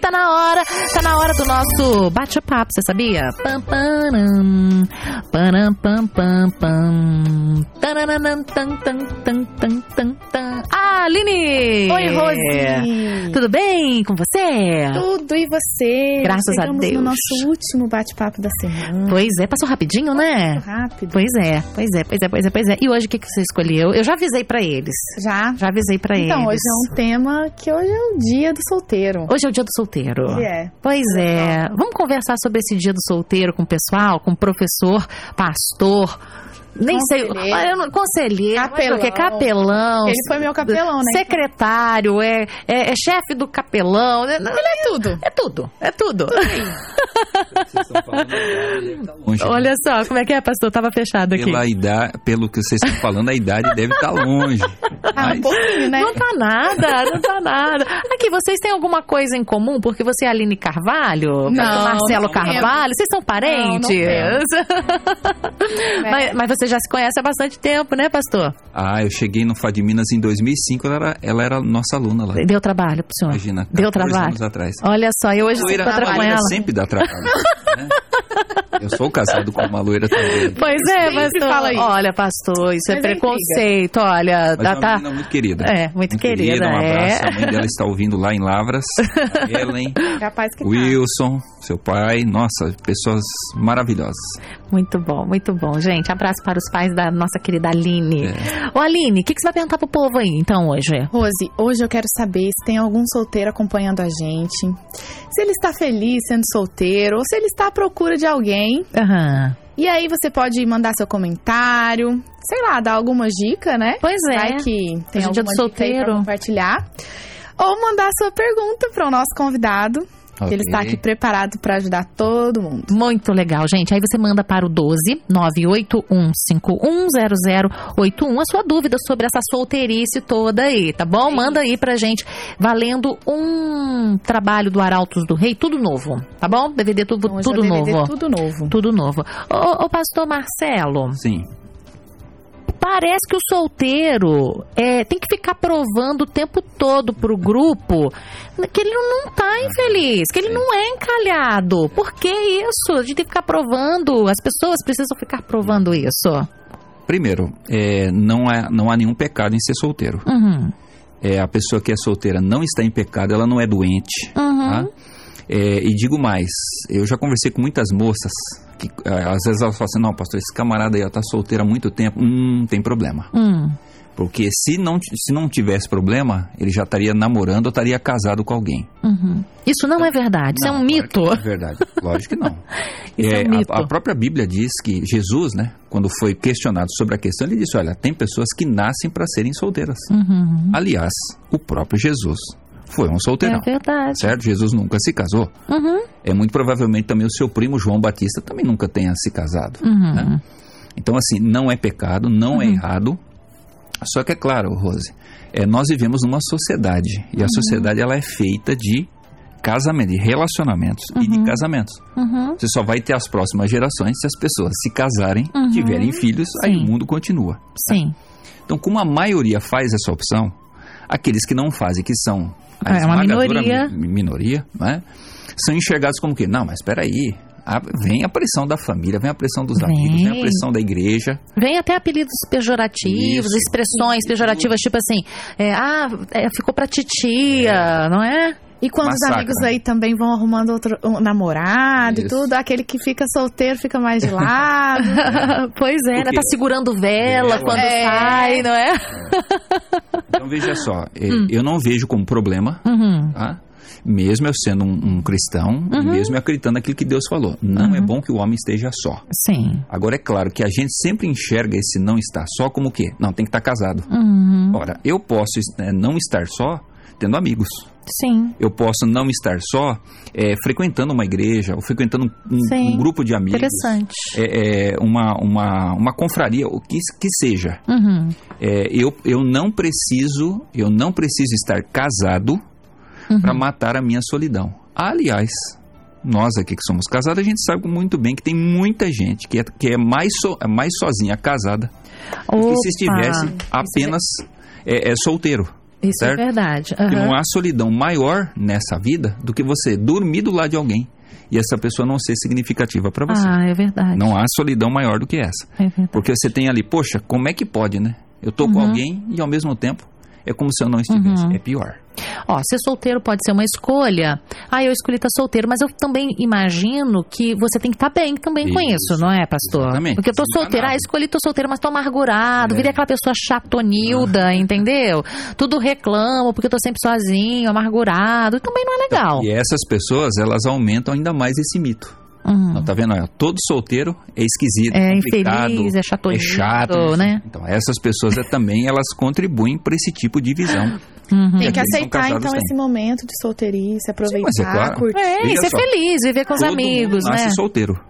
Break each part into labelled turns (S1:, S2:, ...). S1: tá na hora, tá na hora do nosso bate-papo, você sabia? Pam, param, param, pam, pam, pam, Tarananã, tan, tan, tan, tan, tan, tan. Ah, Aline!
S2: Oi, Rose!
S1: Tudo bem com você?
S2: Tudo e você?
S1: Graças a
S2: Chegamos
S1: Deus.
S2: no nosso último bate-papo da semana.
S1: Pois é, passou rapidinho, né?
S2: Muito rápido.
S1: Pois é, pois é, pois é, pois é, pois é. E hoje o que, que você escolheu? Eu já avisei pra eles.
S2: Já?
S1: Já avisei pra eles.
S2: Então, hoje é um tema que hoje é o dia do solteiro.
S1: Hoje é o dia do solteiro.
S2: Que é.
S1: Pois é. Vamos conversar sobre esse dia do solteiro com o pessoal, com o professor, pastor. Nem sei.
S2: Conselheiro.
S1: Ah, Eu não, conselheiro, capelão.
S2: Capelão.
S1: que é capelão.
S2: Ele foi meu capelão, né?
S1: Secretário, é, é, é chefe do capelão. É,
S2: Ele é tudo.
S1: é tudo, é tudo.
S3: Vocês estão falando agora, ele tá longe.
S1: Olha só, como é que é, pastor? Tava fechado aqui.
S3: Pela idade, pelo que vocês estão falando, a idade deve estar longe.
S2: Ah,
S3: Mas
S2: um pouquinho, né?
S1: Não tá nada, não tá nada. Aqui, vocês têm alguma coisa em comum? Porque você é Aline Carvalho?
S2: Não,
S1: Marcelo
S2: não
S1: Carvalho? Vocês são parentes?
S2: É,
S1: mas, mas você já se conhece há bastante tempo, né, pastor?
S3: Ah, eu cheguei no Fad Minas em 2005, ela era, ela era nossa aluna lá.
S1: Deu trabalho pro senhor.
S3: Imagina,
S1: Deu
S3: 14
S1: trabalho. tá
S3: anos atrás.
S1: Olha só, eu hoje se
S3: Loira,
S1: encontro
S3: a
S1: com
S3: loira
S1: ela.
S3: sempre dá trabalho. né? Eu sou casado com uma loira também.
S1: Pois é,
S2: Sempre
S1: pastor.
S2: fala isso.
S1: Olha, pastor, isso é
S2: Mas é
S1: preconceito. Olha,
S3: Mas é
S1: tá.
S3: uma
S1: tá-
S3: menina muito querida.
S1: É, muito, querida.
S3: um
S1: é.
S3: abraço. A mãe dela está ouvindo lá em Lavras. A Ellen,
S2: Capaz que tá.
S3: Wilson, seu pai. Nossa, pessoas maravilhosas.
S1: Muito bom, muito bom, gente. Abraço para os pais da nossa querida Aline.
S3: É.
S1: Ô, Aline, o que, que você vai perguntar pro povo aí, então, hoje?
S2: Rose, hoje eu quero saber se tem algum solteiro acompanhando a gente. Se ele está feliz sendo solteiro ou se ele está à procura de alguém.
S1: Aham.
S2: E aí você pode mandar seu comentário, sei lá, dar alguma dica, né?
S1: Pois é.
S2: Vai que tem
S1: Hoje é dia do
S2: alguma dica aí pra
S1: solteiro.
S2: compartilhar. Ou mandar sua pergunta para o nosso convidado, que ele
S3: Ok.
S2: está aqui preparado para ajudar todo mundo.
S1: Muito legal, gente. Aí você manda para o 12 981510081 a sua dúvida sobre essa solteirice toda aí, tá bom?
S2: Sim.
S1: Manda aí pra gente, valendo um trabalho do Arautos do Rei, tudo novo, tá bom? DVD tudo,
S2: Hoje é o
S1: tudo
S2: DVD
S1: novo.
S2: Tudo novo.
S1: Tudo novo. Ô, ô, pastor Marcelo,
S3: Sim.
S1: parece que o solteiro é, tem que ficar provando o tempo todo pro grupo que ele não tá infeliz, que ele não é encalhado. Por que isso? A gente tem que ficar provando, as pessoas precisam ficar provando isso.
S3: Primeiro, é, não, é, não há nenhum pecado em ser solteiro.
S1: Uhum,
S3: É, a pessoa que é solteira não está em pecado, ela não é doente.
S1: uhum.
S3: Tá? É, e digo mais, eu já conversei com muitas moças que ah, às vezes elas falam assim, não, pastor, esse camarada aí está solteiro há muito tempo, hum, tem problema.
S1: Hum,
S3: Porque se não, ti- se não tivesse problema, ele já estaria namorando ou estaria casado com alguém.
S1: uhum. Isso não é verdade, isso é
S3: Não,
S1: um
S3: claro
S1: mito.
S3: que não É verdade, lógico que não.
S1: Isso é um
S3: a-
S1: mito.
S3: A, própria Bíblia diz que Jesus, né, quando foi questionado sobre a questão, ele disse, olha, tem pessoas que nascem para serem solteiras.
S1: Uhum.
S3: Aliás, o próprio Jesus foi um
S1: É
S3: solteirão.
S1: verdade.
S3: Certo? Jesus nunca se casou.
S1: Uhum,
S3: É muito provavelmente também o seu primo João Batista também nunca tenha se casado.
S1: uhum.
S3: Né? Então, assim, não é pecado, não é errado. Só que é claro, Rose, é, nós vivemos numa sociedade. E a
S1: Uhum.
S3: sociedade ela é feita de casamento, de relacionamentos e de casamentos.
S1: Uhum.
S3: Você só vai ter as próximas gerações se as pessoas se casarem,
S1: Uhum.
S3: tiverem filhos, aí
S1: Sim.
S3: o mundo continua.
S1: Sim.
S3: Então, como a maioria faz essa opção, aqueles que não fazem, que são a
S1: É, uma
S3: esmagadora
S1: minoria.
S3: mi- minoria, né, são enxergados como que, não, mas espera aí, a- vem a pressão da família, vem a pressão dos amigos, vem
S1: Vem.
S3: a pressão da igreja.
S1: Vem até apelidos pejorativos,
S3: Isso.
S1: expressões pejorativas, tipo assim, é, ah, é, ficou pra titia, não é?
S2: E quando os
S3: Massacra.
S2: amigos aí também vão arrumando outro um namorado e
S3: Isso.
S2: tudo, aquele que fica solteiro fica mais de lado.
S1: pois é,
S3: Por
S1: né?
S3: quê?
S1: Tá segurando vela
S3: Vela.
S1: quando
S2: É.
S1: sai, não é?
S3: Então, veja só, eh,
S1: Hum.
S3: eu não vejo como problema,
S1: Uhum.
S3: tá? mesmo eu sendo um, um cristão, e
S1: Uhum.
S3: mesmo eu acreditando naquilo que Deus falou, não é bom que o homem esteja só.
S1: Sim.
S3: Agora, é claro que a gente sempre enxerga esse não estar só como o quê? Não, tem que estar casado.
S1: Uhum.
S3: Ora, eu posso eh, não estar só tendo amigos.
S1: Sim.
S3: Eu posso não estar só eh, frequentando uma igreja ou frequentando um, um
S1: Sim.
S3: grupo de amigos.
S1: Interessante.
S3: É, é, uma, uma, uma confraria, o que, que seja.
S1: Uhum.
S3: É, eu, eu não preciso, eu não preciso estar casado
S1: Uhum.
S3: para matar a minha solidão. Aliás, nós aqui que somos casados, a gente sabe muito bem que tem muita gente que é, que é mais, so, é mais sozinha casada do que se
S1: Opa.
S3: estivesse apenas é, é, solteiro.
S1: Isso
S3: certo?
S1: é verdade.
S3: Porque
S1: Aham.
S3: não há solidão maior nessa vida do que você dormir do lado de alguém e essa pessoa não ser significativa para você.
S1: Ah, é verdade.
S3: Não há solidão maior do que essa.
S1: É verdade.
S3: Porque você tem ali, poxa, como é que pode, né? Eu tô com
S1: Uhum.
S3: alguém e ao mesmo tempo é como se eu não estivesse.
S1: Uhum.
S3: É pior.
S1: Ó, ser solteiro pode ser uma escolha. Ah, eu escolhi estar solteiro, mas eu também imagino que você tem que estar bem também com
S3: Isso,
S1: isso, não é, pastor?
S3: exatamente.
S1: Porque eu tô
S3: Desenganado.
S1: solteira, ah, escolhi tô solteiro, mas tô amargurado,
S3: É. Ah.
S1: virei aquela pessoa chatonilda, entendeu? Tudo reclamo porque eu tô sempre sozinho, amargurado, também não é legal.
S3: E essas pessoas, elas aumentam ainda mais esse mito.
S1: Hum.
S3: Não, tá vendo? Olha, todo solteiro é esquisito,
S1: É
S3: complicado,
S1: infeliz, é
S3: é
S1: chatonildo,
S3: chato.
S1: né?
S3: Então, essas pessoas é, também, elas contribuem para esse tipo de visão.
S1: Uhum.
S2: Tem
S3: Eles
S2: que
S3: são
S2: aceitar,
S3: casados,
S2: então,
S3: tem.
S2: esse momento de solteirice, aproveitar,
S3: mas é claro.
S2: curtir.
S1: É, e
S3: Veja
S1: ser
S3: só,
S1: feliz, viver com os
S3: Todo
S1: amigos,
S3: mundo nasce
S1: né?
S3: solteiro.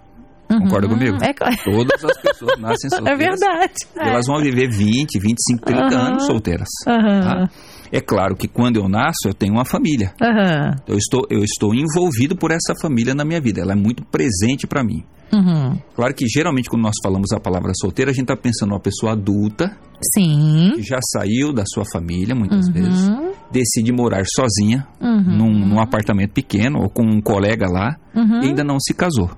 S1: Uhum.
S3: Concorda comigo?
S1: É, claro.
S3: Todas as pessoas nascem
S1: é
S3: solteiras.
S1: verdade. é.
S3: E Elas vão viver 20, 25, 30
S1: Aham.
S3: anos solteiras. tá?
S1: Aham,
S3: É claro que quando eu nasço, eu tenho uma família.
S1: aham,
S3: Eu estou, eu estou envolvido por essa família na minha vida. Ela é muito presente para mim.
S1: uhum.
S3: Claro que geralmente quando nós falamos a palavra solteira, a gente está pensando numa pessoa adulta
S1: Sim.
S3: que já saiu da sua família muitas
S1: Uhum.
S3: vezes, decide morar sozinha
S1: Uhum.
S3: num, num apartamento pequeno ou com um colega lá
S1: Uhum.
S3: e ainda não se casou.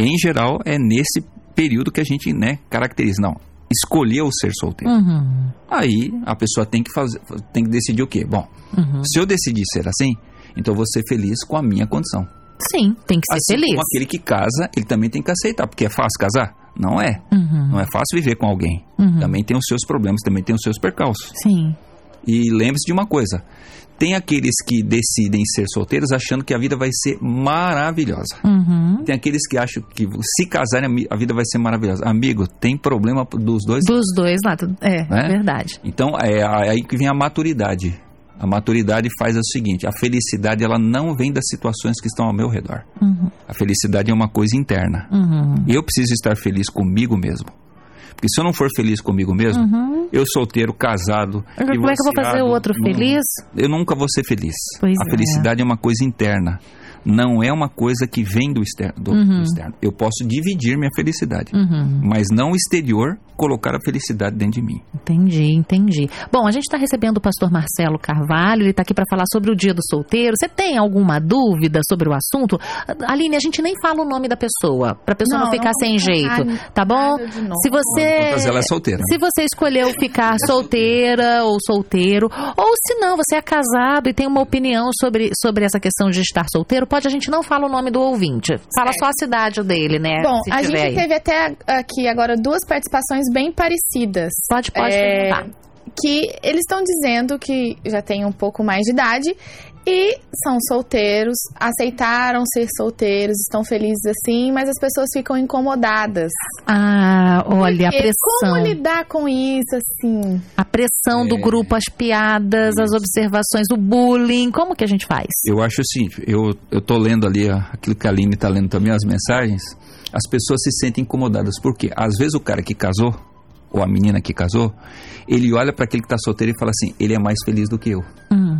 S3: Em geral é nesse período que a gente né caracteriza não escolheu ser solteiro.
S1: Uhum.
S3: Aí a pessoa tem que fazer, tem que decidir o quê? Bom,
S1: Uhum.
S3: se eu decidir ser assim, então eu vou ser feliz com a minha condição.
S1: Sim, tem que ser
S3: Assim
S1: feliz.
S3: como aquele que casa, ele também tem que aceitar, porque é fácil casar? Não é.
S1: Uhum.
S3: Não é fácil viver com alguém.
S1: Uhum.
S3: Também tem os seus problemas, também tem os seus percalços.
S1: Sim.
S3: E lembre-se de uma coisa: tem aqueles que decidem ser solteiros achando que a vida vai ser maravilhosa.
S1: Uhum.
S3: Tem aqueles que acham que se casarem a mi- a vida vai ser maravilhosa. Amigo, tem problema dos dois.
S1: Dos dois lados. É,
S3: Né?
S1: verdade.
S3: Então é a- aí que vem a maturidade. A maturidade faz o seguinte: a felicidade ela não vem das situações que estão ao meu redor.
S1: Uhum.
S3: A felicidade é uma coisa interna.
S1: Uhum.
S3: Eu preciso estar feliz comigo mesmo. Porque se eu não for feliz comigo mesmo,
S1: Uhum.
S3: eu solteiro, casado.
S1: Como é que eu vou fazer o
S3: divorciado,
S1: outro
S3: não-
S1: feliz?
S3: eu nunca vou ser feliz.
S1: Pois
S3: a
S1: é.
S3: felicidade é. uma coisa interna. Não é uma coisa que vem do externo. do- do
S1: Uhum.
S3: externo. Eu posso dividir minha felicidade.
S1: Uhum.
S3: Mas não o exterior colocar a felicidade dentro de mim.
S1: Entendi, entendi. Bom, a gente está recebendo o pastor Marcelo Carvalho, ele está aqui para falar sobre o Dia do Solteiro. Você tem alguma dúvida sobre o assunto? Aline, a gente nem fala o nome da pessoa, para a pessoa não, ficar sem jeito, tá bom? Se
S3: Mas
S1: você
S3: ela é solteira.
S1: Se você escolheu ficar solteira ou solteiro, ou se não, você é casado e tem uma opinião sobre, sobre essa questão de estar solteiro, pode a gente não fala o nome do ouvinte. Fala só a cidade dele, né?
S2: Bom,
S1: se
S2: a gente
S1: tiver aí.
S2: teve até aqui agora duas participações bem parecidas.
S1: Pode, pode
S2: É,
S1: perguntar.
S2: que eles estão dizendo que já têm um pouco mais de idade e são solteiros, aceitaram ser solteiros, estão felizes assim, mas as pessoas ficam incomodadas.
S1: Ah, olha, a
S2: Porque Como
S1: pressão.
S2: lidar com isso assim?
S1: A pressão do
S3: É.
S1: grupo, as piadas, as
S3: Isso.
S1: observações, o bullying. Como que a gente faz?
S3: Eu acho o seguinte, eu, eu tô lendo ali ó, aquilo que a Aline tá lendo também, as mensagens, as pessoas se sentem incomodadas. Por quê? Às vezes o cara que casou, ou a menina que casou, ele olha para aquele que tá solteiro e fala assim, ele é mais feliz do que eu.
S1: Hum.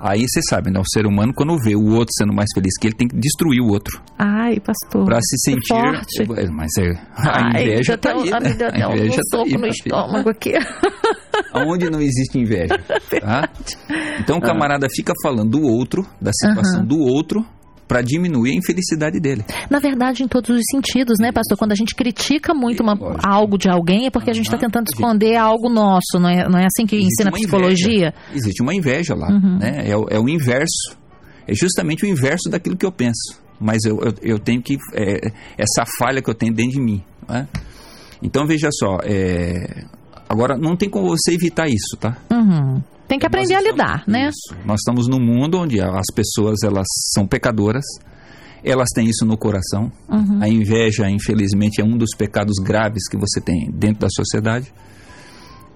S3: Aí você sabe, né? O ser humano, quando vê o outro sendo mais feliz que ele, tem que destruir o outro.
S1: Ai, pastor.
S3: Pra se
S1: que
S3: sentir.
S1: Uhum. forte.
S3: É, Mas é, a
S1: Ai, deu
S3: inveja
S1: até
S3: tá
S1: um-
S3: aí,
S1: ah,
S3: né?
S1: me deu até
S3: A
S1: um
S3: inveja tá
S1: soco
S3: aí,
S1: no
S3: meu filho.
S1: estômago aqui.
S3: Aonde não existe inveja, tá? Então o camarada fica falando do outro, da situação
S1: Ah. Aham.
S3: do outro, pra diminuir a infelicidade dele.
S1: Na verdade, em todos os sentidos, né, pastor? Quando a gente critica muito uma-
S3: Lógico.
S1: algo de alguém, é porque a gente está
S3: Aham.
S1: tentando esconder algo nosso, não é, não é assim que
S3: Existe
S1: ensina a
S3: uma
S1: psicologia?
S3: Existe uma inveja lá,
S1: Uhum.
S3: né? É, o- é o inverso. É justamente o inverso daquilo que eu penso. Mas eu, eu, eu tenho que... é, essa falha que eu tenho dentro de mim, não é? Então, veja só, é, Agora, não tem como você evitar isso, tá?
S1: Uhum. Tem que
S3: Nós
S1: aprender a
S3: estamos-
S1: lidar, né?
S3: Isso. Nós estamos num mundo onde as pessoas elas são pecadoras, elas têm isso no coração.
S1: Uhum.
S3: A inveja, infelizmente, é um dos pecados graves que você tem dentro da sociedade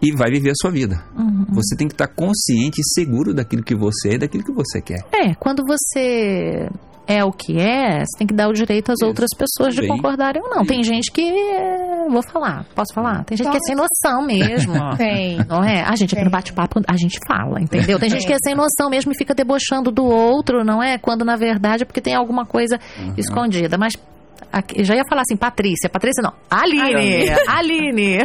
S3: e vai viver a sua vida.
S1: Uhum.
S3: Você tem que estar consciente e seguro daquilo que você é, e daquilo que você quer.
S1: É, quando você é o que é, você tem que dar o direito às
S3: Isso.
S1: outras pessoas de
S3: Bem.
S1: concordarem ou não. Tem gente que. é, Vou falar, posso falar? Tem gente que é sem noção mesmo. ó.
S2: Tem.
S1: Não é? A gente aqui no bate-papo, a gente fala, entendeu? Tem gente que é sem noção mesmo e fica debochando do outro, não é? Quando na verdade é porque tem alguma coisa
S3: Uhum.
S1: escondida. Mas Aqui- já ia falar assim, Patrícia. Patrícia não. Aline. Aline.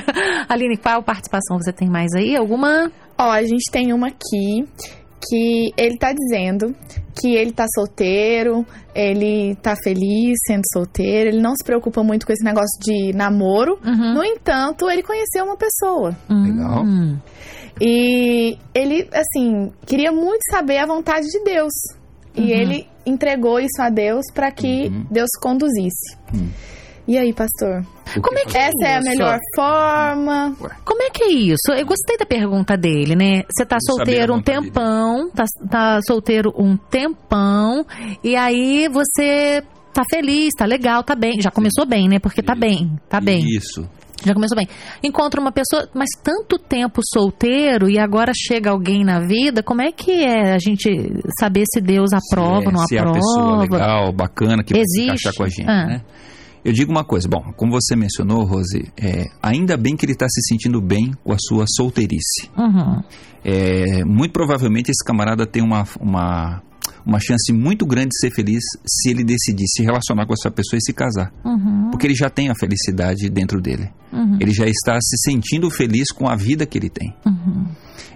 S1: Aline, qual participação você tem mais aí? Alguma?
S2: Ó, a gente tem uma aqui que ele tá dizendo que ele tá solteiro, ele tá feliz sendo solteiro, ele não se preocupa muito com esse negócio de namoro.
S1: Uhum.
S2: No entanto, ele conheceu uma pessoa
S3: Legal.
S1: Hum.
S2: e ele, assim, queria muito saber a vontade de Deus.
S1: Uhum.
S2: E ele entregou isso a Deus pra que
S3: Uhum.
S2: Deus conduzisse.
S3: Hum.
S2: E aí, pastor?
S1: Como é que
S2: Essa é a
S1: isso?
S2: melhor forma?
S1: Como é que é isso? Eu gostei da pergunta dele, né? Você tá
S3: Vamos saber
S1: solteiro
S3: a
S1: um
S3: vontade
S1: tempão, tá, tá solteiro um tempão, e aí você tá feliz, tá legal, tá bem. Já começou bem, né? Porque tá
S3: Isso.
S1: bem, tá bem.
S3: Isso.
S1: Já começou bem. Encontra uma pessoa, mas tanto tempo solteiro e agora chega alguém na vida, como é que é a gente saber se Deus aprova
S3: se
S1: ou
S3: é,
S1: não
S3: se é a pessoa
S1: aprova?
S3: legal, bacana, que vai se
S1: Existe.
S3: encaixar com a gente,
S1: Ah.
S3: né? Eu digo uma coisa, bom, como você mencionou, Rose, é, ainda bem que ele está se sentindo bem com a sua solteirice.
S1: Uhum.
S3: É, muito provavelmente esse camarada tem uma, uma, uma chance muito grande de ser feliz se ele decidir se relacionar com essa pessoa e se casar.
S1: Uhum.
S3: Porque ele já tem a felicidade dentro dele.
S1: Uhum.
S3: Ele já está se sentindo feliz com a vida que ele tem.
S1: Uhum.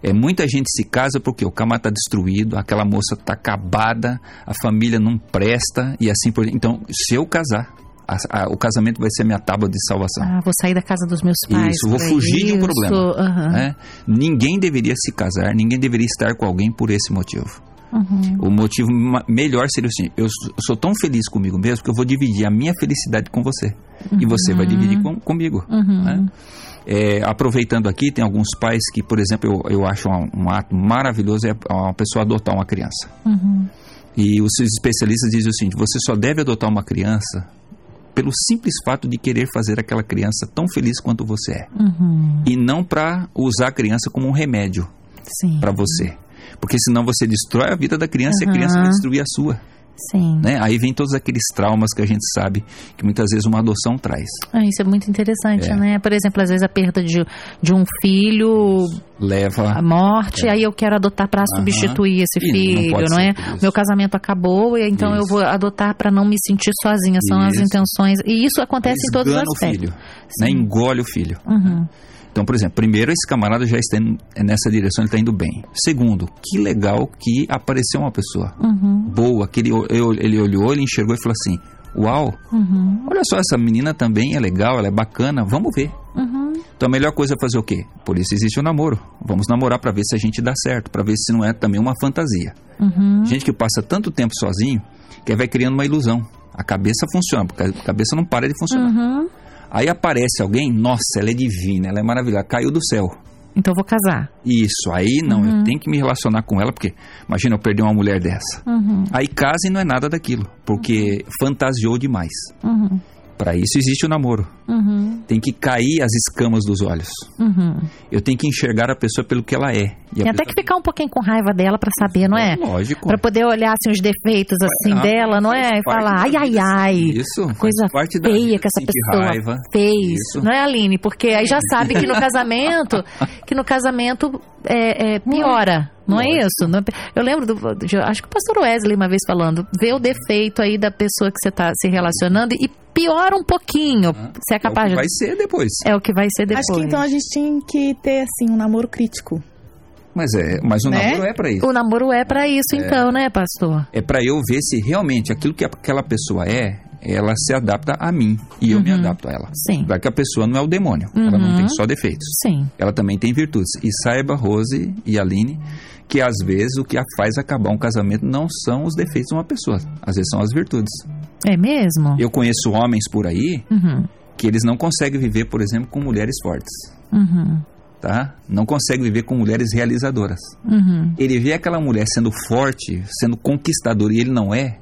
S3: É, muita gente se casa porque o camarada está destruído, aquela moça está acabada, a família não presta e assim por diante. Então, se eu casar, a- a- o casamento vai ser minha tábua de salvação.
S1: Ah, vou sair da casa dos meus pais.
S3: Isso, vou
S1: pra
S3: fugir de um
S1: isso,
S3: problema,
S1: aham,
S3: né? Ninguém deveria se casar, ninguém deveria estar com alguém por esse motivo.
S1: uhum.
S3: O motivo ma- melhor seria assim: eu s- sou tão feliz comigo mesmo que eu vou dividir a minha felicidade com você. E você vai dividir com- comigo.
S1: Uhum.
S3: né? É, aproveitando aqui, tem alguns pais que, por exemplo, eu, eu acho um, um ato maravilhoso é uma pessoa adotar uma criança.
S1: Uhum.
S3: E os especialistas dizem o seguinte: você só deve adotar uma criança pelo simples fato de querer fazer aquela criança tão feliz quanto você é.
S1: Uhum.
S3: E não para usar a criança como um remédio
S1: Sim.
S3: para você. Porque senão você destrói a vida da criança e a criança
S1: Uhum.
S3: vai destruir a sua.
S1: Sim.
S3: né? Aí vem todos aqueles traumas que a gente sabe que muitas vezes uma adoção traz.
S1: Ah, isso é muito interessante,
S3: É.
S1: né? Por exemplo, às vezes a perda de, de um filho,
S3: Leva.
S1: a morte, aí eu quero adotar para
S3: É. Aham.
S1: substituir esse
S3: Ih,
S1: filho,
S3: pode
S1: não
S3: ser
S1: é?
S3: por isso.
S1: Meu casamento acabou, e então eu
S3: Isso.
S1: vou adotar para não me sentir sozinha. São as
S3: Isso.
S1: intenções. E isso acontece em todos os
S3: Esgana o
S1: aspectos.
S3: filho, né?
S1: Sim.
S3: engole o filho.
S1: Uhum.
S3: Então, por exemplo, primeiro, esse camarada já está in- nessa direção, ele está indo bem. Segundo, que legal que apareceu uma pessoa
S1: Uhum.
S3: boa, que ele, o- eu- ele olhou, ele enxergou e falou assim: Uau,
S1: Uhum.
S3: olha só, essa menina também é legal, ela é bacana, vamos ver.
S1: Uhum.
S3: Então, a melhor coisa é fazer o quê? Por isso existe o namoro. Vamos namorar para ver se a gente dá certo, para ver se não é também uma fantasia.
S1: Uhum.
S3: Gente que passa tanto tempo sozinho que vai criando uma ilusão. A cabeça funciona, porque a cabeça não para de funcionar.
S1: Uhum.
S3: Aí aparece alguém, nossa, ela é divina, ela é maravilhosa, caiu do céu.
S1: Então eu vou casar.
S3: Isso, aí não,
S1: Uhum.
S3: eu tenho que me relacionar com ela, porque imagina eu perder uma mulher dessa.
S1: Uhum.
S3: Aí casa e não é nada daquilo, porque fantasiou demais.
S1: Uhum.
S3: Para isso existe o namoro.
S1: Uhum.
S3: Tem que cair as escamas dos olhos.
S1: Uhum.
S3: Eu tenho que enxergar a pessoa pelo que ela é. E a
S1: Tem até
S3: pessoa-
S1: que ficar um pouquinho com raiva dela pra saber, não é?
S3: Lógico.
S1: Pra poder olhar assim os defeitos assim
S3: Ah,
S1: dela, não
S3: faz
S1: é? E
S3: parte
S1: falar,
S3: da
S1: ai, ai,
S3: vida. assim.
S1: ai,
S3: Isso, faz
S1: coisa
S3: parte da
S1: feia
S3: vida,
S1: que essa
S3: sentir
S1: pessoa
S3: raiva.
S1: fez,
S3: Isso.
S1: não é, Aline? Porque aí já sabe que no casamento, que no casamento é, é, piora, não é
S3: Lógico.
S1: isso? Não é pi- Eu lembro do, de- acho que o pastor Wesley uma vez falando, vê o defeito aí da pessoa que você tá se relacionando e piora um pouquinho,
S3: Ah,
S1: você é capaz
S3: É o
S1: de...
S3: que vai ser depois.
S1: É o que vai ser depois.
S2: Acho que então a gente tinha que ter, assim, um namoro crítico.
S3: Mas é, mas o
S2: Né?
S3: namoro é pra isso.
S1: O namoro é pra isso então, né, pastor?
S3: É pra eu ver se realmente aquilo que aquela pessoa é, ela se adapta a mim e eu me
S1: Uhum.
S3: adapto a ela.
S1: Sim.
S3: Vai que a pessoa não é o demônio, ela
S1: Uhum.
S3: não tem só defeitos.
S1: Sim.
S3: Ela também tem virtudes. E saiba, Rose e Aline, que às vezes o que a faz acabar um casamento não são os defeitos de uma pessoa, às vezes são as virtudes.
S1: É mesmo?
S3: Eu conheço homens por aí
S1: Uhum.
S3: que eles não conseguem viver, por exemplo, com mulheres fortes,
S1: Uhum.
S3: tá? Não conseguem viver com mulheres realizadoras.
S1: Uhum.
S3: Ele vê aquela mulher sendo forte, sendo conquistadora e ele não é.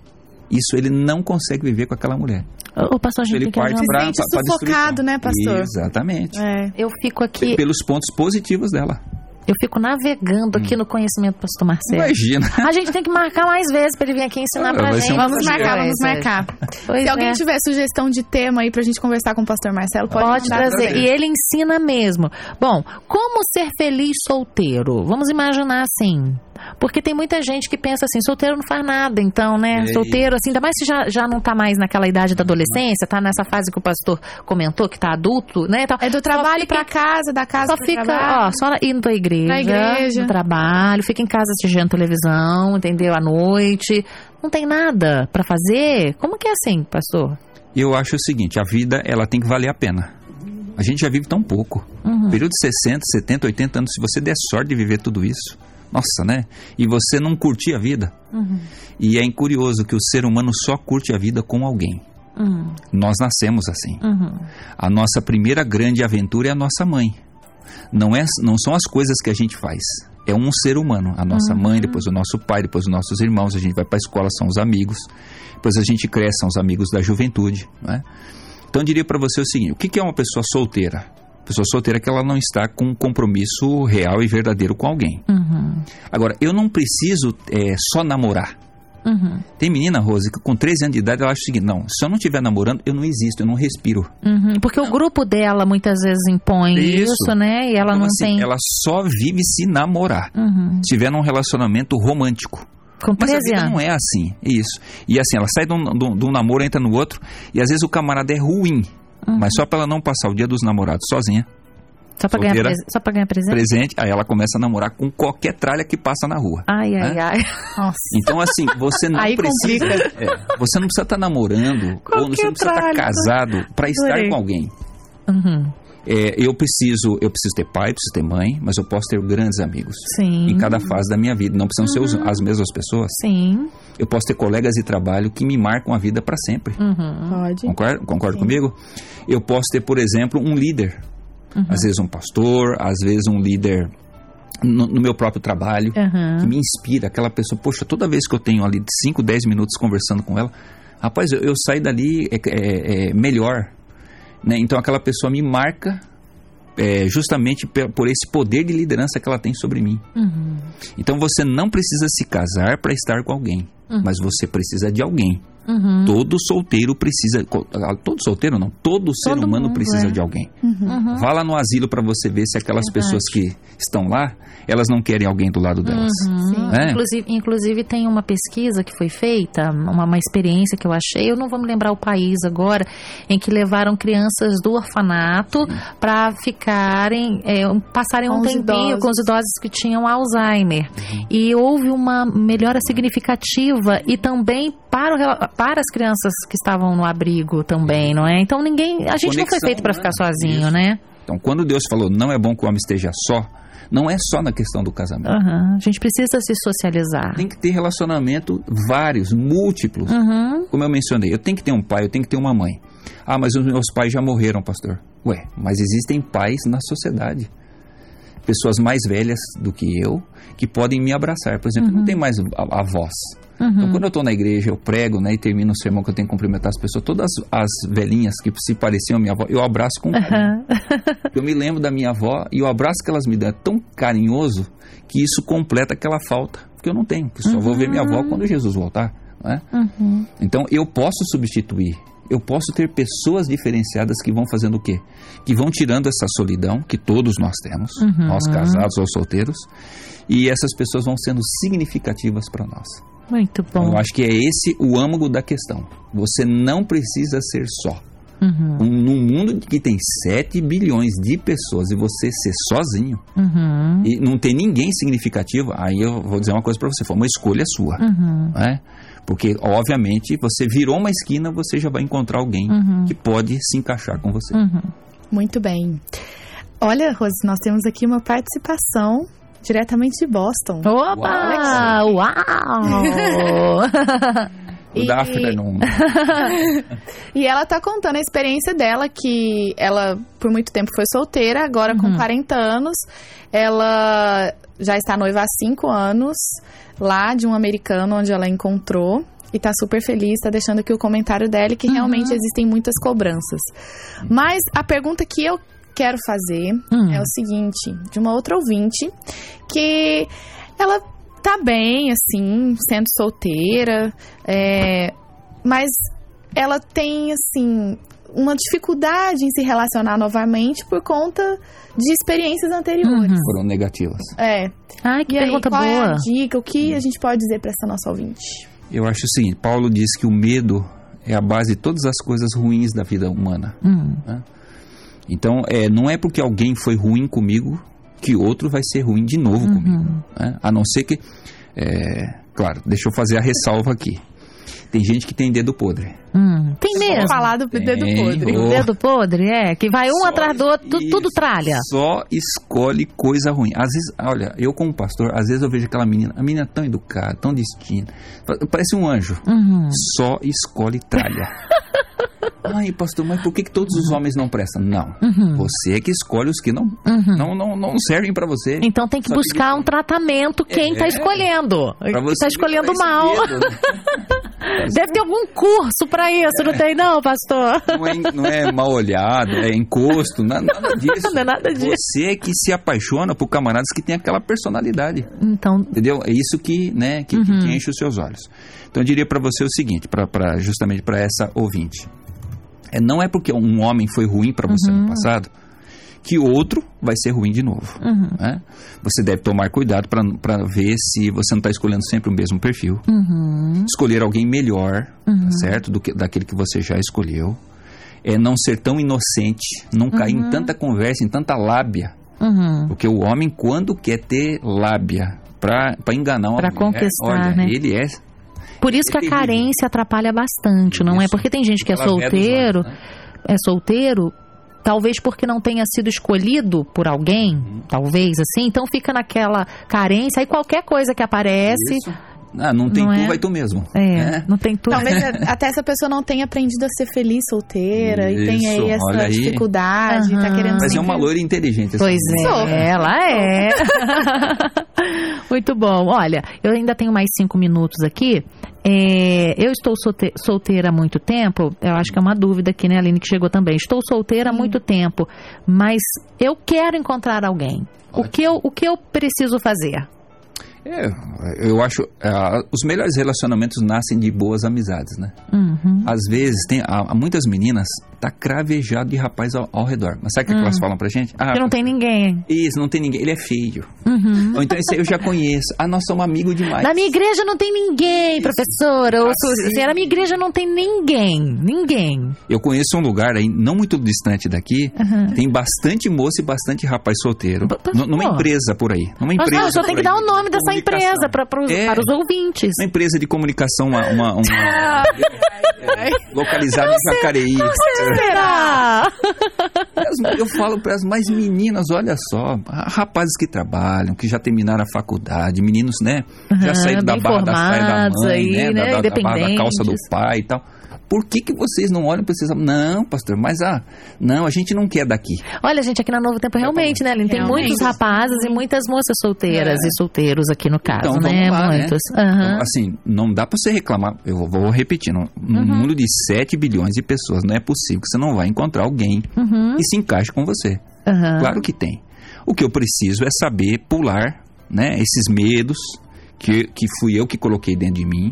S3: Isso ele não consegue viver com aquela mulher.
S1: Ô, ô, pastor, a gente
S3: ele
S1: tem que
S3: parte
S1: ajudar.
S3: para
S2: Se sente um sufocado, né, pastor?
S3: Exatamente.
S2: É.
S1: Eu fico aqui,
S3: Pelos pontos positivos dela.
S1: eu fico navegando aqui
S3: Hum.
S1: no conhecimento do pastor Marcelo.
S3: Imagina.
S1: A gente tem que marcar mais vezes pra ele vir aqui ensinar
S3: Ah,
S1: pra
S3: vai ser
S1: gente.
S3: um
S2: Vamos
S3: prazer.
S2: marcar, vamos marcar.
S1: Pois
S2: Se alguém
S1: é.
S2: tiver sugestão de tema aí pra gente conversar com o pastor Marcelo, pode,
S1: Pode
S2: mandar.
S1: trazer. E ele ensina mesmo. Bom, como ser feliz solteiro? Vamos imaginar assim, Porque tem muita gente que pensa assim, solteiro não faz nada, então, né?
S3: Ei.
S1: Solteiro, assim, ainda mais se já, já não tá mais naquela idade da adolescência, tá nessa fase que o pastor comentou, que tá adulto, né? Então,
S2: É do
S1: só
S2: trabalho
S1: fica
S2: pra casa, da casa
S1: só
S2: pro
S1: fica,
S2: trabalho.
S1: ó, só na- indo pra igreja,
S2: Na igreja.
S1: no trabalho, fica em casa assistindo televisão, entendeu? À noite. Não tem nada pra fazer. Como que é assim, pastor?
S3: Eu acho o seguinte, a vida ela tem que valer a pena. A gente já vive tão pouco.
S2: Hum.
S1: Uhum.
S3: Período de 60, 70, 80 anos, se você der sorte de viver tudo isso, nossa, né? E você não curtir a vida.
S1: Uhum.
S3: E é curioso que o ser humano só curte a vida com alguém.
S1: Uhum.
S3: Nós nascemos assim.
S1: Uhum.
S3: A nossa primeira grande aventura é a nossa mãe. Não, é, não são as coisas que a gente faz. É um ser humano. A nossa mãe, depois o nosso pai, depois os nossos irmãos. A gente vai para a escola, são os amigos. Depois a gente cresce, são os amigos da juventude. Não é? Então eu diria para você o seguinte: o que que é uma pessoa solteira? Pessoa solteira é que ela não está com um compromisso real e verdadeiro com alguém.
S1: Uhum.
S3: Agora, eu não preciso eh, só namorar.
S1: Uhum.
S3: Tem menina, Rose, que com 13 anos de idade ela acha o seguinte: não, se eu não estiver namorando, eu não existo, eu não respiro.
S1: Uhum. Porque o grupo dela muitas vezes impõe isso,
S3: Isso.
S1: né? E ela
S3: Então,
S1: não
S3: assim,
S1: tem.
S3: Ela só vive se namorar.
S1: Uhum.
S3: Se tiver num relacionamento romântico.
S1: Com
S3: Mas a
S1: 13
S3: vida
S1: anos.
S3: não é assim. Isso. E assim, ela sai de um, de um- de um namoro, entra no outro. E às vezes o camarada é ruim. Mas só pra ela não passar o dia dos namorados sozinha,
S1: Só pra, ganhar
S3: solteira.
S1: presen- só pra ganhar presente?
S3: presente, aí ela começa a namorar com qualquer tralha que passa na rua.
S1: Ai, ai,
S3: Né?
S1: ai.
S2: Nossa.
S3: Então, assim, você não
S2: Aí
S3: precisa.
S2: complica.
S3: é, você não precisa estar namorando, ou você
S1: Qualquer
S3: não precisa
S1: tralha.
S3: estar casado pra estar
S1: Adorei.
S3: com alguém.
S1: Uhum.
S3: É, eu preciso, eu preciso ter pai, preciso ter mãe, mas eu posso ter grandes amigos.
S1: Sim.
S3: Em cada fase da minha vida. Não precisam ser os- as mesmas pessoas.
S1: Sim.
S3: Eu posso ter colegas de trabalho que me marcam a vida para sempre.
S1: Uhum.
S2: Pode.
S3: Concorda, concorda
S2: Sim.
S3: comigo? Eu posso ter, por exemplo, um líder. Às vezes um pastor, às vezes um líder no, no meu próprio trabalho. Que
S1: Uhum.
S3: me inspira, aquela pessoa, poxa, toda vez que eu tenho ali 5, 10 minutos conversando com ela, rapaz, eu, eu saio dali é, é- é melhor. né? Então aquela pessoa me marca é, justamente pe- por esse poder de liderança que ela tem sobre mim.
S1: Uhum.
S3: Então você não precisa se casar para estar com alguém,
S1: Uhum.
S3: mas você precisa de alguém.
S1: Uhum.
S3: Todo solteiro precisa, co- ah, todo solteiro não, todo ser
S1: Todo
S3: humano
S1: mundo,
S3: precisa
S1: é.
S3: de alguém.
S1: Uhum.
S3: Vá lá no asilo para você ver se aquelas
S1: Verdade.
S3: pessoas que estão lá, elas não querem alguém do lado delas.
S1: Uhum.
S2: Sim.
S3: É.
S1: Inclusive, inclusive tem uma pesquisa que foi feita, uma, uma experiência que eu achei, eu não vou me lembrar o país agora, em que levaram crianças do orfanato
S3: Uhum.
S1: para ficarem, é, um- passarem um
S2: Com os
S1: tempinho
S2: idosos.
S1: com os idosos que tinham Alzheimer.
S3: Uhum.
S1: E houve uma melhora significativa e também para, o rela- para as crianças que estavam no abrigo também, não é? Então ninguém, a gente não foi
S3: Conexão
S1: feito para ficar
S3: humana.
S1: sozinho,
S3: Isso.
S1: né?
S3: Então, quando Deus falou não é bom que o homem esteja só, não é só na questão do casamento.
S1: Aham. A gente precisa se socializar.
S3: Tem que ter relacionamento vários, múltiplos.
S1: Uhum.
S3: Como eu mencionei, eu tenho que ter um pai, eu tenho que ter uma mãe. Ah, mas os meus pais já morreram, pastor. Ué, mas existem pais na sociedade. Pessoas mais velhas do que eu que podem me abraçar. Por exemplo, não tem mais a, a voz. Então,
S1: Uhum.
S3: quando eu estou na igreja, eu prego né, e termino o sermão que eu tenho que cumprimentar as pessoas, todas as velhinhas que se pareciam à minha avó, eu abraço com carinho.
S1: Aham.
S3: Eu me lembro da minha avó e o abraço que elas me dão é tão carinhoso que isso completa aquela falta que eu não tenho, que só vou ver minha avó quando Jesus voltar. Não é?
S1: Uhum.
S3: Então eu posso substituir, eu posso ter pessoas diferenciadas que vão fazendo o quê? Que vão tirando essa solidão que todos nós temos,
S1: Uhum.
S3: nós casados ou solteiros, e essas pessoas vão sendo significativas para nós.
S1: Muito bom.
S3: Eu acho que é esse o âmago da questão. Você não precisa ser só.
S1: Uhum,
S3: Um- Num mundo que tem 7 bilhões de pessoas e você ser sozinho
S1: uhum,
S3: e não ter ninguém significativo, aí eu vou dizer uma coisa pra você, foi uma escolha sua,
S1: uhum,
S3: né? Porque obviamente você virou uma esquina, você já vai encontrar alguém
S1: Uhum.
S3: que pode se encaixar com você.
S1: uhum.
S2: Muito bem. Olha, Rose, nós temos aqui uma participação diretamente de Boston.
S1: Opa!
S2: É
S1: Uau!
S3: Good
S2: E-
S3: afternoon.
S2: E ela tá contando a experiência dela, que ela por muito tempo foi solteira, agora com
S1: Uhum.
S2: 40 anos, ela já está noiva há 5 anos, lá de um americano onde ela encontrou. E tá super feliz, tá deixando aqui o comentário dela que realmente existem muitas cobranças. Mas a pergunta que eu quero fazer
S1: Hum,
S2: é o seguinte, de uma outra ouvinte, que ela tá bem, assim, sendo solteira, é, mas ela tem, assim, uma dificuldade em se relacionar novamente por conta de experiências anteriores.
S1: Uhum.
S3: Foram negativas.
S2: É.
S1: Ai, que
S2: E aí,
S1: pergunta
S2: qual é
S1: boa.
S2: a dica? O que a gente pode dizer pra essa nossa ouvinte?
S3: Eu acho o seguinte: Paulo diz que o medo é a base de todas as coisas ruins da vida humana.
S1: Hum.
S3: Então, é, não é porque alguém foi ruim comigo que outro vai ser ruim de novo comigo. né? A não ser que. é, claro, deixa eu fazer a ressalva aqui. Tem gente que tem dedo podre.
S1: Hum. Tem mesmo. um
S2: Vamos falar do dedo
S3: Tem,
S2: podre.
S3: ô.
S1: Dedo podre, é. Que vai um
S3: Só
S1: atrás do outro, tu-
S3: isso.
S1: tudo tralha.
S3: Só escolhe coisa ruim. Às vezes, olha, eu como pastor, às vezes eu vejo aquela menina, a menina é tão educada, tão distinta, pa- parece um anjo.
S1: Uhum.
S3: Só escolhe tralha. Ai, pastor, mas por que, que todos
S1: Hum.
S3: os homens não prestam? Não. Você é que escolhe os que não
S1: Uhum.
S3: não, não, não servem pra você.
S1: Então tem que
S3: Só
S1: buscar um tratamento quem tá
S3: É.
S1: escolhendo.
S3: Pra
S1: Que
S3: você
S1: tá escolhendo
S3: libertar
S1: mal.
S3: esse medo, né?
S1: Deve ter algum curso pra isso, não tem não, pastor?
S3: Não é, não é mal olhado, é encosto, na- nada disso.
S1: Não é nada disso.
S3: Você é que se apaixona por camaradas que têm aquela personalidade.
S1: Então,
S3: Entendeu? É isso que, né, que, que enche os seus olhos. Então eu diria para você o seguinte, pra, pra- justamente para essa ouvinte. É, não é porque um homem foi ruim para você no passado que outro vai ser ruim de novo.
S1: Uhum.
S3: né? Você deve tomar cuidado para ver se você não está escolhendo sempre o mesmo perfil.
S1: uhum,
S3: Escolher alguém melhor, tá certo? Do que, daquele que você já escolheu. É não ser tão inocente, não cair em tanta conversa, em tanta lábia.
S1: uhum.
S3: Porque o homem, quando quer ter lábia pra pra enganar uma
S1: Pra
S3: mulher,
S1: conquistar,
S3: olha,
S1: né?
S3: ele é.
S1: Por isso que a
S3: É terrível.
S1: carência atrapalha bastante, não é?
S3: Isso.
S1: Porque tem gente que é
S3: ela veda os olhos,
S1: solteiro,
S3: né?
S1: é solteiro, talvez porque não tenha sido escolhido por alguém,
S3: Uhum.
S1: talvez assim, então fica naquela carência, aí qualquer coisa que aparece,
S3: Isso. Ah, não tem
S1: é assim. Não
S3: tu,
S1: é?
S3: vai tu mesmo.
S1: é,
S3: né?
S1: não tem tudo.
S2: Talvez a- até essa pessoa não tenha aprendido a ser feliz solteira e tenha aí
S3: Isso,
S2: essa
S3: olha aí.
S2: dificuldade, tá
S1: Aham.
S2: querendo
S3: Mas é
S2: sempre-
S3: uma loira inteligente. assim. essa
S1: Pois
S3: menina.
S2: Sou.
S1: é, ela é. Muito bom. Olha, eu ainda tenho mais cinco minutos aqui. É, eu estou solte- solteira há muito tempo. Eu acho que é uma dúvida aqui, né, Aline, que chegou também. Estou solteira há muito tempo, mas eu quero encontrar alguém. O
S3: Ótimo.
S1: que, eu, o que eu preciso fazer?
S3: É, eu acho. ah, os melhores relacionamentos nascem de boas amizades, né?
S1: Uhum.
S3: Às vezes, tem há- há muitas meninas tá cravejado de rapaz ao, ao redor. Mas sabe o que,
S1: Hum.
S3: elas falam pra gente? Ah,
S1: Porque não tem ninguém.
S3: isso, não tem ninguém. Ele é feio.
S1: Uhum.
S3: Ou então esse aí eu já conheço. Ah, nós somos amigos demais.
S1: Na minha igreja não tem ninguém, professora. Ou,
S3: Assim.
S1: Suzy, na minha igreja não tem ninguém. Ninguém.
S3: Eu conheço um lugar aí, não muito distante daqui,
S1: Uhum.
S3: tem bastante moço e bastante rapaz solteiro.
S1: P- p-
S3: Nu- Numa
S1: pô.
S3: empresa por aí. Numa
S1: Mas
S3: empresa.
S1: não, só
S3: por
S1: tem que
S3: aí
S1: dar o
S3: de
S1: nome dessa
S3: comunicação.
S1: empresa pra, pros-
S3: É.
S1: para os ouvintes.
S3: Uma empresa de comunicação, uma, uma, uma- localizada em Jacareí.
S1: Será?
S3: é. Elas- Eu falo para as mais meninas, olha só, ah, rapazes que trabalham, que já terminaram a faculdade, meninos, né?
S1: Aham,
S3: já saíram da
S1: bem
S3: barra da saia da
S1: formados
S3: mãe,
S1: aí,
S3: né? da-
S1: né,
S3: Da, da barra da calça do
S1: independentes.
S3: pai e tal. Por que, que vocês não olham para vocês? Não, pastor, mas ah, não, a gente não quer daqui.
S1: Olha, gente, aqui na Novo Tempo realmente, né, Aline? Tem
S2: Realmente.
S1: muitos rapazes e muitas moças solteiras e solteiros aqui no caso,
S3: É. Então, vamos
S1: né?
S3: lá, né?
S1: muitos. Aham.
S3: Então, Assim, não dá pra você reclamar. Eu vou- vou repetir. No, no
S1: Uhum.
S3: mundo de 7 bilhões de pessoas, não é possível que você não vai encontrar alguém
S1: Uhum.
S3: que se encaixe com você.
S1: Aham.
S3: Então, Claro que tem. O que eu preciso é saber pular né, esses medos que, que fui eu que coloquei dentro de mim,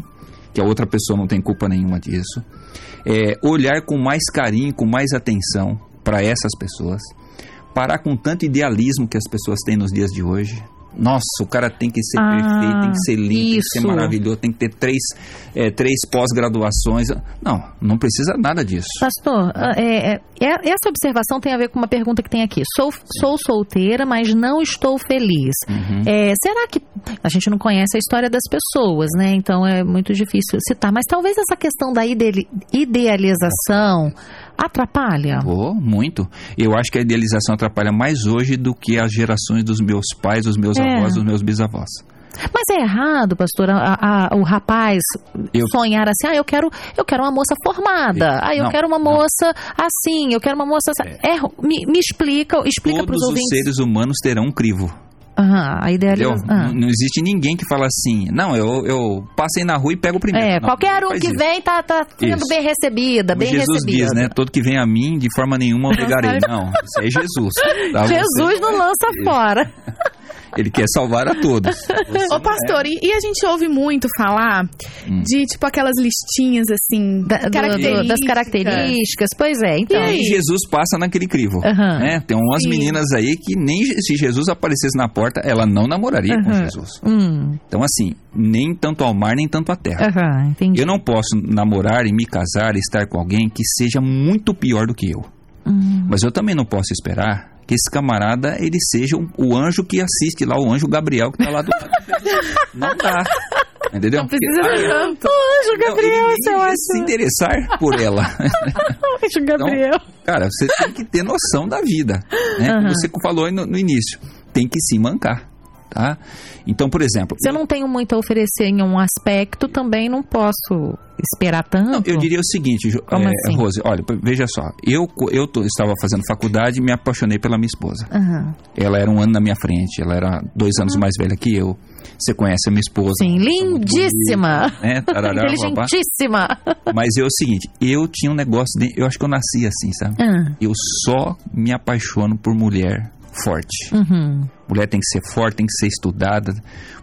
S3: que a outra pessoa não tem culpa nenhuma disso. É, olhar com mais carinho, com mais atenção para essas pessoas. Parar com tanto idealismo que as pessoas têm nos dias de hoje. Nossa, o cara tem que ser
S1: Ah,
S3: perfeito, tem que ser lindo, tem que ser
S1: isso.
S3: maravilhoso, tem que ter três, é, três pós-graduações. Não, não precisa nada disso.
S1: Pastor, ah, é, é, é- essa observação tem a ver com uma pergunta que tem aqui. Sou, sou solteira, mas não estou feliz.
S3: Uhum.
S1: É, será que a gente não conhece a história das pessoas, né? Então é muito difícil citar. Mas talvez essa questão da ideali- idealização atrapalha.
S3: Oh, muito. Eu acho que a idealização atrapalha mais hoje do que as gerações dos meus pais, dos meus
S1: É.
S3: avós, dos meus bisavós.
S1: Mas é errado, pastor, a- a- o rapaz
S3: Eu-
S1: sonhar assim, ah, eu quero, eu quero uma moça formada, ah, eu
S3: Não,
S1: quero uma
S3: não.
S1: moça assim, eu quero uma moça assim. É, ru- me, me explica, explica para os
S3: Todos os
S1: ouvintes.
S3: seres humanos terão um crivo.
S1: Aham, a
S3: Entendeu?
S1: idealização.
S3: Não, não existe ninguém que fala assim, não, eu, eu passei na rua e pego o primeiro.
S1: É,
S3: Não,
S1: qualquer
S3: não
S1: um
S3: faz
S1: que
S3: isso.
S1: vem tá, tá sendo
S3: Isso.
S1: bem recebida,
S3: Como
S1: bem
S3: Jesus
S1: recebida.
S3: diz, né? Todo que vem a mim, de forma nenhuma obrigarei. Não, isso aí é Jesus. tá? Você-
S1: Jesus não lança
S3: Isso.
S1: fora.
S3: Ele quer salvar a todos. né?
S2: Ô, pastor,
S1: né?
S2: e, e a gente ouve muito falar
S3: Hum.
S2: de, tipo, aquelas listinhas, assim,
S1: Da- do-
S2: características.
S1: das características, pois é, então.
S2: E aí?
S3: E Jesus passa naquele crivo.
S1: Aham.
S3: né? Tem umas
S2: Sim.
S3: meninas aí que nem se Jesus aparecesse na porta, ela não namoraria com
S1: Aham.
S3: Jesus.
S1: Hum,
S3: Então, assim, nem tanto ao mar, nem tanto à terra.
S1: aham, entendi.
S3: Eu não posso namorar e me casar e estar com alguém que seja muito pior do que eu.
S1: Hum,
S3: Mas eu também não posso esperar que esse camarada ele seja um- o anjo que assiste lá, o anjo Gabriel que tá lá do lado. não dá. Entendeu?
S1: Não precisa
S3: Porque-
S1: ser tanto. Ô, anjo
S3: Não,
S1: Gabriel,
S3: ele
S1: esse é
S3: nem
S1: o
S3: ia se
S1: anjo.
S3: interessar por ela.
S1: Anjo Gabriel.
S3: Cara, você tem que ter noção da vida. Né?
S1: Aham.
S3: Você falou aí no, no início. Tem que se mancar. Tá? Então, por exemplo.
S1: Se eu não tenho muito a oferecer em um aspecto, também não posso esperar tanto.
S3: Não, eu diria o seguinte, Jo-
S1: Como
S3: eh,
S1: assim?
S3: Rose, olha, p- veja só, eu, co- eu tô- estava fazendo faculdade e me apaixonei pela minha esposa.
S1: Aham.
S3: Ela era um ano na minha frente, ela era dois anos mais velha que eu. Você conhece a minha esposa.
S1: Ah. Sim,
S3: uma pessoa muito
S1: lindíssima.
S3: bonita, Né? Tarará, babá.
S1: Inteligentíssima.
S3: Mas é o seguinte, eu tinha um negócio, de, eu acho que eu nasci assim, sabe?
S1: Ah,
S3: Eu só me apaixono por mulher forte.
S1: uhum.
S3: Mulher tem que ser forte, tem que ser estudada.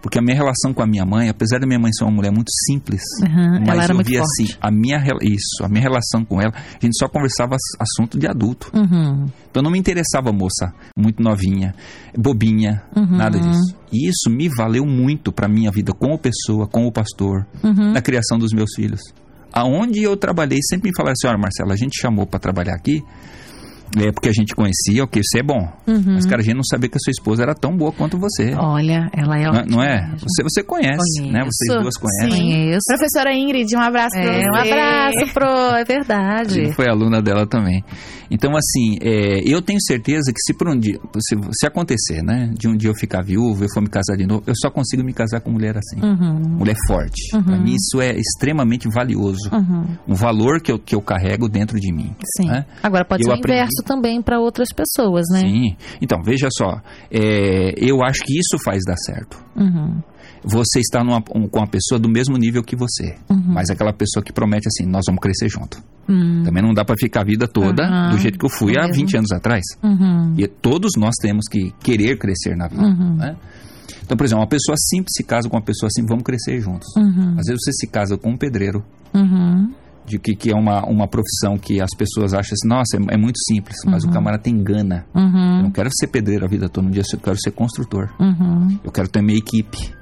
S3: Porque a minha relação com a minha mãe, apesar da minha mãe ser uma mulher muito simples,
S1: Aham,
S3: mas
S1: ela era
S3: eu
S1: muito
S3: via
S1: forte.
S3: assim, a minha, rela- isso, a minha relação com ela, a gente só conversava ass- assunto de adulto.
S1: Uhum,
S3: Então não me interessava moça muito novinha, bobinha,
S1: Uhum.
S3: nada disso. E isso me valeu muito pra minha vida como pessoa, como pastor,
S1: uhum.
S3: na criação dos meus filhos. Aonde eu trabalhei, sempre me falaram assim, olha Marcelo, a gente chamou pra trabalhar aqui, é porque a gente conhecia, ok, você é bom.
S1: Uhum.
S3: Mas cara, a gente não sabia que a sua esposa era tão boa quanto você.
S1: Olha, ela é
S3: Não é- É
S1: ótima.
S3: não é?
S1: mesmo.
S3: Você, você conhece, né?
S1: Conheço.
S3: Vocês duas conhecem.
S2: Sim.
S1: Conheço.
S2: Professora Ingrid, um abraço pra você.
S1: É, um abraço, pro. É verdade.
S3: Ele foi aluna dela também. Então, assim, é, eu tenho certeza que se por um dia, se, se acontecer, né, de um dia eu ficar viúvo, eu for me casar de novo, eu só consigo me casar com mulher assim.
S1: Uhum,
S3: Mulher forte.
S1: Uhum.
S3: Pra mim, isso é extremamente valioso.
S1: uhum,
S3: Um valor que eu, que eu carrego dentro de mim.
S1: Sim.
S3: né?
S1: Agora pode
S3: Eu
S1: ser o
S3: aprendi-
S1: inverso também para outras pessoas, né?
S3: Sim. Então, veja só. é, eu acho que isso faz dar certo.
S1: Uhum,
S3: Você está numa- um- com uma pessoa do mesmo nível que você.
S1: uhum,
S3: Mas aquela pessoa que promete assim, nós vamos crescer junto.
S1: uhum,
S3: Também não dá pra ficar a vida toda
S1: Uhum.
S3: do jeito que eu fui há
S1: Mesmo.
S3: 20 anos atrás.
S1: uhum,
S3: E todos nós temos que querer crescer na vida.
S1: Uhum.
S3: né? Então, por exemplo, uma pessoa simples se casa com uma pessoa simples, vamos crescer juntos.
S1: uhum,
S3: Às vezes você se casa com um pedreiro,
S1: uhum,
S3: de que, que é uma, uma profissão que as pessoas acham assim, nossa, é, é muito simples, mas
S1: Uhum.
S3: o camarada tem gana. Eu
S1: uhum,
S3: não quero ser pedreiro a vida toda, um dia eu quero ser construtor.
S1: uhum,
S3: Eu quero ter minha equipe.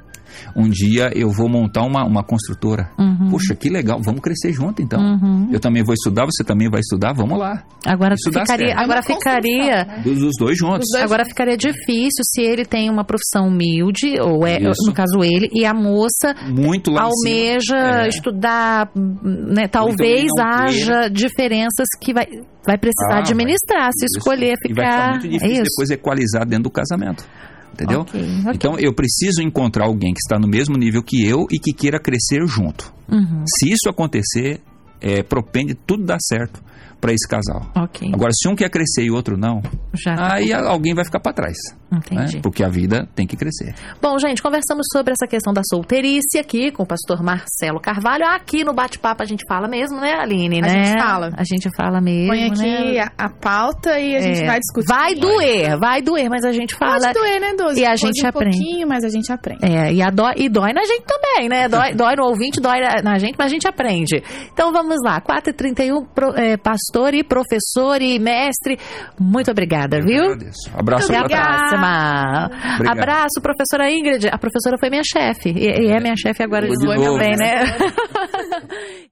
S3: Um dia eu vou montar uma, uma construtora.
S1: uhum,
S3: Poxa, que legal, vamos crescer junto então.
S1: uhum.
S3: Eu também vou estudar, você também vai estudar, vamos lá.
S1: Agora
S3: Isso dá
S1: ficaria,
S3: certo.
S1: agora
S2: É uma
S1: ficaria,
S2: construção,
S3: Dos, dos né? dois juntos.
S2: Dois-
S1: agora ficaria difícil se ele tem uma profissão humilde ou é,
S3: Isso.
S1: no caso ele e a moça
S3: Muito lá em cima.
S1: almeja
S3: É. Então,
S1: estudar, né, talvez
S3: não ter.
S1: haja diferenças que vai vai precisar
S3: Ah,
S1: administrar, se
S3: Isso.
S1: escolher
S3: E vai ficar
S1: ficar,
S3: muito difícil
S1: é isso.
S3: depois equalizar dentro do casamento. Entendeu?
S1: Ok, ok.
S3: Então eu preciso encontrar alguém que está no mesmo nível que eu e que queira crescer junto.
S1: Uhum,
S3: Se isso acontecer, é, propende tudo dar certo para esse casal.
S1: ok,
S3: Agora, se um quer crescer e o outro não,
S1: já tá.
S3: aí a- alguém vai ficar para trás. né?
S1: entendi.
S3: Porque a vida tem que crescer.
S1: Bom, gente, conversamos sobre essa questão da solteirice aqui com o pastor Marcelo Carvalho. Aqui no bate-papo a gente fala mesmo, né, Aline?
S2: A
S1: né?
S2: gente fala.
S1: A gente fala mesmo.
S2: Põe aqui
S1: né?
S2: a, a pauta e a gente
S1: É.
S2: vai discutir.
S1: Vai doer, vai doer, mas a gente fala.
S2: Pode doer, né, Doze?
S1: E a
S2: Pode
S1: gente
S2: um
S1: aprende.
S2: pouquinho, mas a gente aprende.
S1: É, e, a dói, e dói na gente também, né? Dói, dói no ouvinte, dói na, na gente, mas a gente aprende. Então vamos lá, 4h31, pro- é, pastor e professor e mestre, muito obrigada,
S3: Eu
S1: Tá viu?
S3: agradeço. Abraço
S1: Até a
S3: para
S2: Obrigada.
S3: trás.
S1: próxima.
S3: Obrigado.
S1: Abraço, professora Ingrid. A professora foi minha chefe. E, e é minha chefe agora de
S3: De
S1: novo
S3: novo,
S1: também, né?